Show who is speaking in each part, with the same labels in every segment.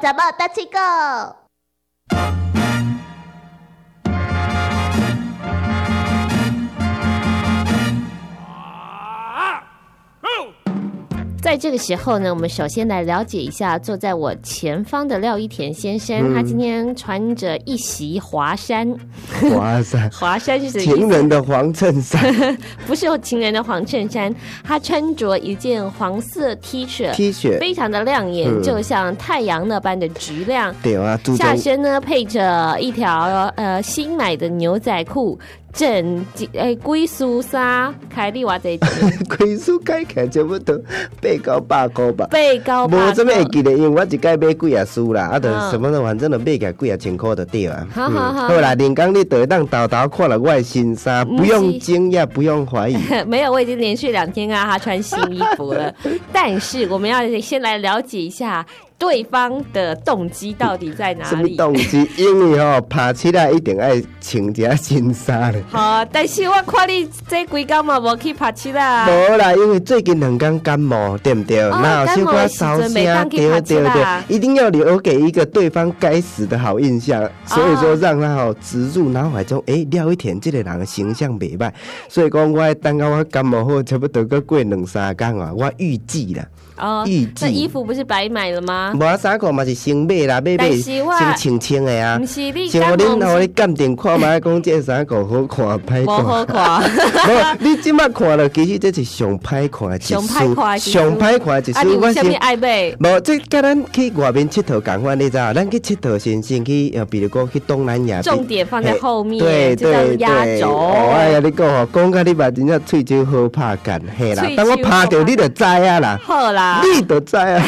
Speaker 1: 怎么大七个？
Speaker 2: 在这个时候呢，我们首先来了解一下坐在我前方的廖一田先
Speaker 3: 嗯
Speaker 2: 生，他今天穿着一袭华衫，
Speaker 3: 哇塞，
Speaker 2: 华衫 是什么意思
Speaker 3: 情人的黄衬衫
Speaker 2: 不是有情人的黄衬衫，他穿着一件黄色 T 恤
Speaker 3: T 恤，
Speaker 2: 非常的亮眼，
Speaker 3: 嗯
Speaker 2: 就像太阳那般的直亮。
Speaker 3: 对啊，注重
Speaker 2: 下 身呢配着一条呃新买的牛仔裤，整诶龟苏纱，凯利瓦这
Speaker 3: 开数开开差不多八九百箍吧。
Speaker 2: 背 高八
Speaker 3: 无
Speaker 2: 个
Speaker 3: 这么会记得，因为我一届买几啊书啦，啊，就什么的，反正就买起来几啊千块就对啊。
Speaker 2: 嗯好好好
Speaker 3: 好啦，林刚你就会当偷偷看了我的新衫，
Speaker 2: 嗯
Speaker 3: 不用惊讶，不用怀疑。
Speaker 2: 没有，我已经连续两天啊让他穿新衣服了。但是我们要先来了解一下对方的动机到底在哪
Speaker 3: 什么
Speaker 2: 里。
Speaker 3: 动机？因为吼、爬起来一定爱穿一下新衫咧。
Speaker 2: 好，但是我看你这几天嘛，无去爬起啦。
Speaker 3: 无啦，因为最近两天感冒，对不对？
Speaker 2: 啊哦
Speaker 3: 那有小可烧
Speaker 2: 感冒的时阵没
Speaker 3: 声，
Speaker 2: 当去
Speaker 3: 对
Speaker 2: 打
Speaker 3: 对
Speaker 2: 针
Speaker 3: 对
Speaker 2: 啦，
Speaker 3: 一定要留给一个对方该死的好印象。所以说，让他吼植入脑海中，诶，廖一田这个人的形象袂歹。所以讲，我要等到我感冒好，差不多搁过两三天啊，我预计啦，
Speaker 2: 哦
Speaker 3: 预，计
Speaker 2: 那衣服不是白买了吗？
Speaker 3: 无衫裤嘛是先买啦，买买
Speaker 2: 但是我
Speaker 3: 先穿穿的啊
Speaker 2: 不。是你
Speaker 3: 像我
Speaker 2: 感
Speaker 3: 恁互
Speaker 2: 冒
Speaker 3: 你
Speaker 2: 是
Speaker 3: 鉴定看卖，讲这衫裤好看歹
Speaker 2: 无好
Speaker 3: 看。
Speaker 2: 看，
Speaker 3: 无，你即摆看了，其实这是上歹看的一
Speaker 2: 上歹看的一
Speaker 3: 书
Speaker 2: 书
Speaker 3: 上歹看的一
Speaker 2: 啊，你
Speaker 3: 书。
Speaker 2: 为什么爱买？
Speaker 3: 无，这甲咱去外面佚佗共款，你知道？咱去佚佗先先去，呃，比如讲去东南亚。
Speaker 2: 重点放在后面，
Speaker 3: 对
Speaker 2: 这叫
Speaker 3: 对
Speaker 2: 做
Speaker 3: 对，
Speaker 2: 压轴。
Speaker 3: 哦，哎呀，你讲吼，讲到你嘛，真正喙睭好拍干，嘿 啦
Speaker 2: 喙。
Speaker 3: 等我
Speaker 2: 睭
Speaker 3: 拍
Speaker 2: 好
Speaker 3: 着
Speaker 2: 拍
Speaker 3: 你就知啊啦，
Speaker 2: 好啦，
Speaker 3: 你就知啊。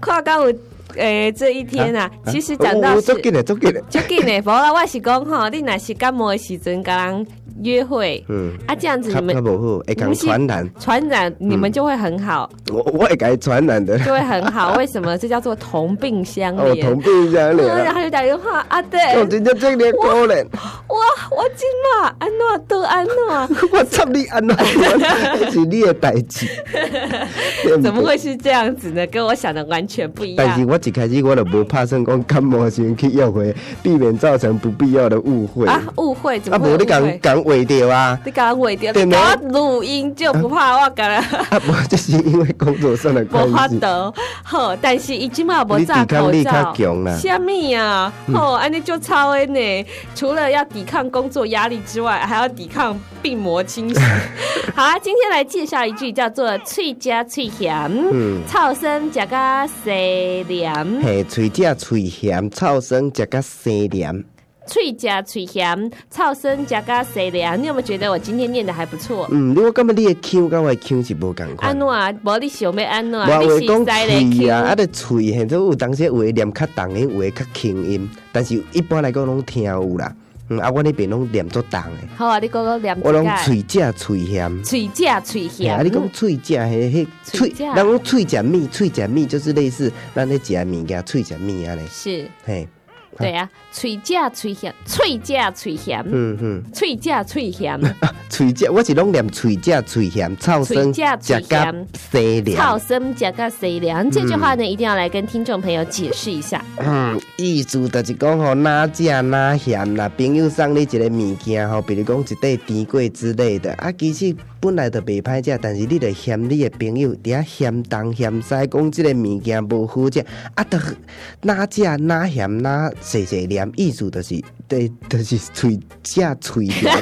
Speaker 2: 看到我诶这一 天 啊，其实讲
Speaker 3: 我
Speaker 2: 到
Speaker 3: 我
Speaker 2: 是
Speaker 3: 足哦紧的，足紧的。
Speaker 2: 就紧诶，无啦，我是讲吼，你若是感冒的时阵跟人约会，
Speaker 3: 嗯，
Speaker 2: 啊这样子
Speaker 3: 较
Speaker 2: 你
Speaker 3: 较
Speaker 2: 们
Speaker 3: 无好，会
Speaker 2: 不
Speaker 3: 共
Speaker 2: 是
Speaker 3: 传染，嗯
Speaker 2: 传染，你们就会很 好，
Speaker 3: 我我会共传染的。
Speaker 2: 就会很好。为什么？这叫做同病相
Speaker 3: 哦，
Speaker 2: 怜。
Speaker 3: 同病相怜
Speaker 2: 嗯，然
Speaker 3: 啊。
Speaker 2: 后就打电话啊，对，
Speaker 3: 哦，真正这个可怜。
Speaker 2: 我我今嘛安怎都安 怎，
Speaker 3: 我插你安 怎？那是你的代志，对不对
Speaker 2: 怎么？会是这样子呢？跟我想的完全不一
Speaker 3: 但是
Speaker 2: 样。
Speaker 3: 我一开始我就无拍算讲感冒先去约会，避免造成不必要的误会。
Speaker 2: 啊
Speaker 3: 啊，，
Speaker 2: 误会怎么会
Speaker 3: 无你
Speaker 2: 误
Speaker 3: 讲
Speaker 2: 会？
Speaker 3: 讲话着啊，
Speaker 2: 你刚刚伪掉，
Speaker 3: 对
Speaker 2: 你
Speaker 3: 没
Speaker 2: 刚刚录音就不怕我讲了，
Speaker 3: 啊，无 这是因为工作上的关
Speaker 2: 无法
Speaker 3: 系。
Speaker 2: 得。好，但是伊即马无炸口
Speaker 3: 你抵
Speaker 2: 罩
Speaker 3: 抗力较强啦，嗯
Speaker 2: 虾米啊？好，安尼就超恩呢。除了要抵抗工作压力之外，还要抵抗病魔侵 袭。好啊，今天来介绍一句叫做“脆加脆咸”，
Speaker 3: 嗯
Speaker 2: 臭生食甲西凉。
Speaker 3: 嘿，喙只喙咸，臭酸食甲生黏。
Speaker 2: 脆加脆咸，臭生食甲西凉。你有没有觉得我今天念的还不错？
Speaker 3: 嗯，你我感觉你的腔跟我的腔是无共
Speaker 2: 安
Speaker 3: 款。
Speaker 2: 怎啊？无你想要安怎啊？
Speaker 3: 我
Speaker 2: 你
Speaker 3: 话
Speaker 2: 是
Speaker 3: 讲
Speaker 2: 西嘞
Speaker 3: 喙啊，
Speaker 2: Q
Speaker 3: 啊，你喙现在有当时有的念较重的，有的较轻音，但是一般来讲拢听有啦。嗯，啊，我那边拢念足重的，
Speaker 2: 好啊，你讲讲念一
Speaker 3: 我拢
Speaker 2: 下
Speaker 3: 喙只喙咸。
Speaker 2: 喙架喙
Speaker 3: 嘿啊，
Speaker 2: 嫌，
Speaker 3: 你讲喙食迄迄
Speaker 2: 喙
Speaker 3: 喙，
Speaker 2: 食
Speaker 3: 人讲喙食物，喙食物就是类似咱咧食的物件，喙食物安尼。
Speaker 2: 是
Speaker 3: 嘿，
Speaker 2: 对啊，喙架喙嫌，喙架喙嫌，
Speaker 3: 嗯嗯，
Speaker 2: 喙架喙 嫌，
Speaker 3: 喙食我是拢念喙食喙咸，臭酸
Speaker 2: 喙食
Speaker 3: 食甲
Speaker 2: 喙
Speaker 3: 生
Speaker 2: 草
Speaker 3: 凉。
Speaker 2: 生加个西凉这句话呢，一定要来跟听众朋友解释一 下。
Speaker 3: 嗯，意思就是讲吼，哪食哪咸啦。朋友送你一个物件吼，比如讲一块甜粿之类的，啊，其实本来就袂歹食，但是你著嫌你的朋友伫遐嫌东嫌西，讲即个物件无好食，啊，著哪食哪嫌哪细细念，意思就是对，就是喙食喙 嫌，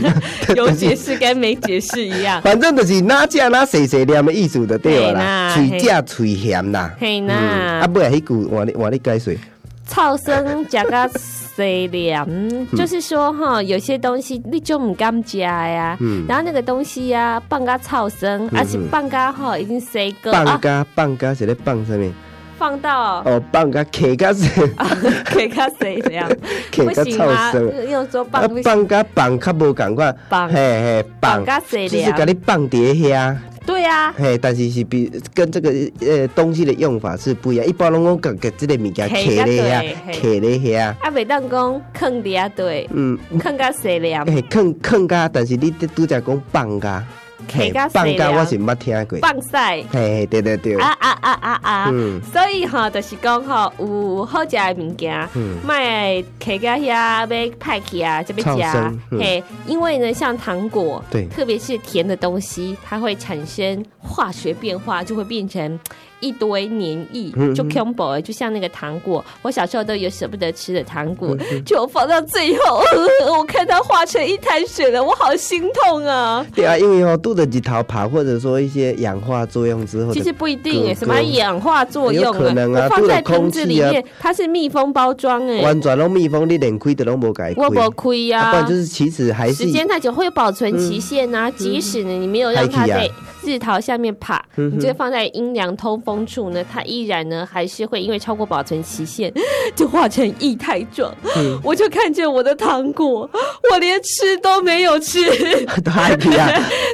Speaker 2: 有解释跟没解释一 样。
Speaker 3: 反正就是哪食哪细细念的意思就对了啦，
Speaker 2: 嘿
Speaker 3: 喙
Speaker 2: 啦
Speaker 3: 食喙嫌啦。
Speaker 2: 嘿
Speaker 3: 嗯，啊，
Speaker 2: 呐，
Speaker 3: 尾迄句换你换你解释，
Speaker 2: 草生加个西凉，
Speaker 3: 嗯
Speaker 2: 就是说哈，有些东西你就唔敢吃呀。
Speaker 3: 嗯。
Speaker 2: 然后那个东西呀、放个草生，而且放个哈已经西哥
Speaker 3: 放
Speaker 2: 啊，
Speaker 3: 假放假是咧放什么？
Speaker 2: 放到
Speaker 3: 哦，放假客家是
Speaker 2: 啊 可以看谁这样，
Speaker 3: 客
Speaker 2: 不
Speaker 3: 家
Speaker 2: 行
Speaker 3: 臭
Speaker 2: 吗？
Speaker 3: 生。
Speaker 2: 又说
Speaker 3: 啊
Speaker 2: 棒不，行，
Speaker 3: 放假放较无共款，
Speaker 2: 放
Speaker 3: 嘿嘿放，
Speaker 2: 加谁
Speaker 3: 就是甲
Speaker 2: 的？
Speaker 3: 你放伫遐，
Speaker 2: 对呀，
Speaker 3: 嘿，但是是比跟这个呃东西的用法是不一样，一般拢讲甲即个物件
Speaker 2: 放
Speaker 3: 徛咧
Speaker 2: 在
Speaker 3: 遐，
Speaker 2: 嘿
Speaker 3: 徛咧遐，
Speaker 2: 啊，袂当讲坑底啊对，
Speaker 3: 嗯，
Speaker 2: 坑加谁的呀？
Speaker 3: 嘿，囥囥假，但是你拄则讲放假，
Speaker 2: 客家
Speaker 3: 放假我是
Speaker 2: 西
Speaker 3: 毋捌听过
Speaker 2: 凉，，放晒。
Speaker 3: 嘿嘿，对对对，
Speaker 2: 啊啊啊啊啊！
Speaker 3: 嗯
Speaker 2: 所以吼，就是讲吼，有好食的物件
Speaker 3: 嗯，
Speaker 2: 卖客家遐要派去啊，这边
Speaker 3: 创
Speaker 2: 加
Speaker 3: 生嗯
Speaker 2: 嘿，因为呢，像糖果，
Speaker 3: 对
Speaker 2: 特别是甜的东西，它会产生化学变化，就会变成一堆黏液
Speaker 3: 嗯，嗯
Speaker 2: 就 combo，的就像那个糖果，我小时候都有舍不得吃的糖果，
Speaker 3: 嗯
Speaker 2: 就放到最后， 我看它化成一滩水了，我好心痛啊！
Speaker 3: 对啊，因为吼拄着日头爬，或者说一些氧化作用之后
Speaker 2: 其
Speaker 3: 就，
Speaker 2: 实不一定
Speaker 3: 哥
Speaker 2: 诶，
Speaker 3: 哥
Speaker 2: 什么氧化作用
Speaker 3: 有可能啊
Speaker 2: 我放在
Speaker 3: 除了
Speaker 2: 瓶
Speaker 3: 空
Speaker 2: 子里
Speaker 3: 气啊
Speaker 2: 面，它是密封包装诶，
Speaker 3: 完全拢密封，你连开都拢无改开，
Speaker 2: 我不亏
Speaker 3: 啊
Speaker 2: 呀
Speaker 3: 不。然就是其实还是
Speaker 2: 时间太久会有保存期限
Speaker 3: 嗯
Speaker 2: 啊，即使呢你没有让它
Speaker 3: 还可以啊
Speaker 2: 在日头下面爬，
Speaker 3: 嗯哼
Speaker 2: 你就放在阴凉通风处呢，它依然呢还是会因为超过保存期限 就化成液态状。
Speaker 3: 嗯
Speaker 2: 我就看见我的糖果，我连吃都没有吃，
Speaker 3: 都还去啊，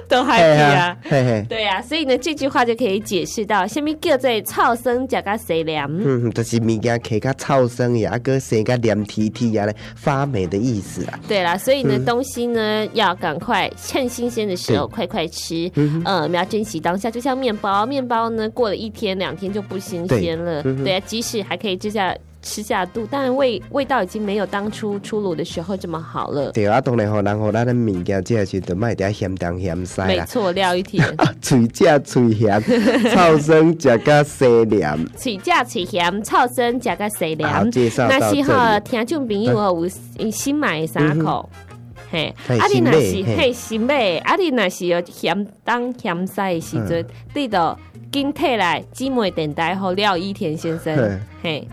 Speaker 2: 都 还
Speaker 3: 嘿
Speaker 2: 皮啊
Speaker 3: 啊。，嘿嘿。
Speaker 2: 对呀、啊，所以呢，这句话就可以解释到，下面叫做草生加个谁凉。
Speaker 3: 嗯，就是物件起较臭酸呀，啊，搁生较黏贴贴呀咧，发霉的意思啦。
Speaker 2: 对啦，所以呢，东西呢要赶快趁新鲜的时候快快吃，嗯、呃，我们要珍惜当下。就像面包，面包呢过了一天两天就不新鲜了，对啊，即使还可以吃下吃下肚，但味味道已经没有当初出炉的时候这么好了。
Speaker 3: 对啊，当然吼，人吼咱的物件食时就卖点咸东咸西
Speaker 2: 没
Speaker 3: 啦，
Speaker 2: 错，廖一田，
Speaker 3: 嘴食 嘴咸，臭酸食较生黏。
Speaker 2: 嘴架嘴咸，臭生加个谁
Speaker 3: 好
Speaker 2: 凉。
Speaker 3: 啊介绍到
Speaker 2: 那
Speaker 3: 这
Speaker 2: 是
Speaker 3: 里
Speaker 2: 哈，听众朋友哦，有新买的衫裤。嘿，
Speaker 3: 嘿
Speaker 2: 啊你
Speaker 3: 新
Speaker 2: 若
Speaker 3: 买
Speaker 2: 是
Speaker 3: 嘿
Speaker 2: 嘿新买的，啊你若是有嫌东嫌西的时
Speaker 3: 嗯
Speaker 2: 阵，你就紧退来姊妹电台和廖一田先生
Speaker 3: 嘿。
Speaker 2: 嘿，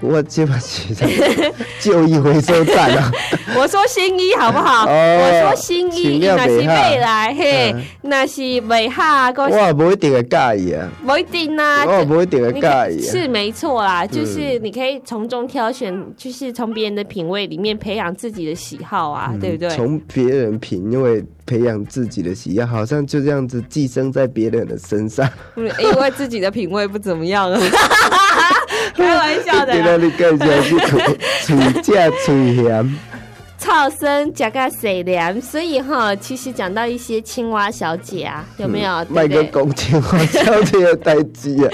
Speaker 3: 我这嘛是 旧衣回收站啊，
Speaker 2: 我说新衣好不好？
Speaker 3: 哦
Speaker 2: 我说新衣，
Speaker 3: 新
Speaker 2: 若
Speaker 3: 了
Speaker 2: 是
Speaker 3: 袂合
Speaker 2: 买来嘿
Speaker 3: 嗯，
Speaker 2: 若是袂合，
Speaker 3: 我
Speaker 2: 个
Speaker 3: 也无一定会介意啊，
Speaker 2: 不一定啊。
Speaker 3: 我也
Speaker 2: 这
Speaker 3: 无一定会
Speaker 2: 你可
Speaker 3: 介意啊。
Speaker 2: 是没错啦，就是你可以从中挑选，就是从别人的品味里面培养自己的喜好啊，对不对？
Speaker 3: 嗯从别人品味培养自己的喜好，好像就这样子寄生在别人的身上。
Speaker 2: 嗯，因为自己的品味不怎么样 啊，开玩笑的
Speaker 3: 你
Speaker 2: 啦
Speaker 3: 那。里更像是嘴嘴架 嘴咸，
Speaker 2: 噪声加个水凉，所以哈，其实讲到一些青蛙小姐啊，有没有？对
Speaker 3: 嗯卖
Speaker 2: 不
Speaker 3: 个
Speaker 2: 对？
Speaker 3: 讲笑话，笑这个代志啊，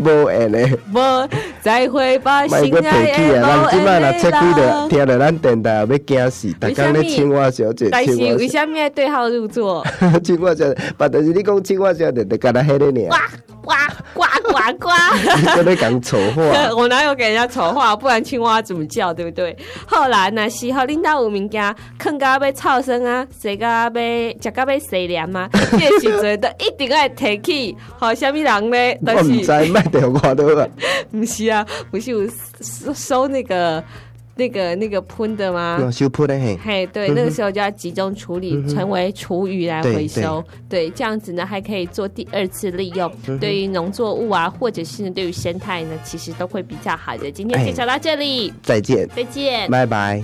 Speaker 3: 无闲的。
Speaker 2: 无再会吧，
Speaker 3: 卖
Speaker 2: 心
Speaker 3: 个脾
Speaker 2: 爱
Speaker 3: 气
Speaker 2: 的
Speaker 3: 啊！
Speaker 2: 某
Speaker 3: 人即摆若
Speaker 2: 人
Speaker 3: 切开
Speaker 2: 啦
Speaker 3: 着，。听着咱电台也要惊死，逐工咧青蛙小姐，
Speaker 2: 但是
Speaker 3: 青蛙
Speaker 2: 为
Speaker 3: 小
Speaker 2: 什么要对号入座？
Speaker 3: 姐， 青蛙小姐， 但是你讲青蛙小姐，就干那迄个
Speaker 2: 呱
Speaker 3: 尔，
Speaker 2: 呱呱呱呱！
Speaker 3: 你搁咧讲丑话。
Speaker 2: 我哪有给人家丑话，不然青蛙怎么叫，对不对？后来那是吼，恁兜有物件，坑到要臭生啊，洗到要食到要洗凉啊， 这时阵都一定爱提起，吼，什么人呢？
Speaker 3: 我
Speaker 2: 但
Speaker 3: 毋知
Speaker 2: 是
Speaker 3: 卖着我都啊，
Speaker 2: 不是啊？不是有收收那个那个那个喷的吗？
Speaker 3: 收破咧嘿，
Speaker 2: 嘿，对，那个时候就要集中处理，成为厨余来
Speaker 3: 嗯对
Speaker 2: 回收。对，这样子呢，还可以做第二次利用。
Speaker 3: 嗯
Speaker 2: 对于农作物啊，或者是呢，对于生态呢，其实都会比较好的。今天
Speaker 3: 哎
Speaker 2: 介绍到这里。
Speaker 3: 再见，
Speaker 2: 再见。
Speaker 3: 拜拜。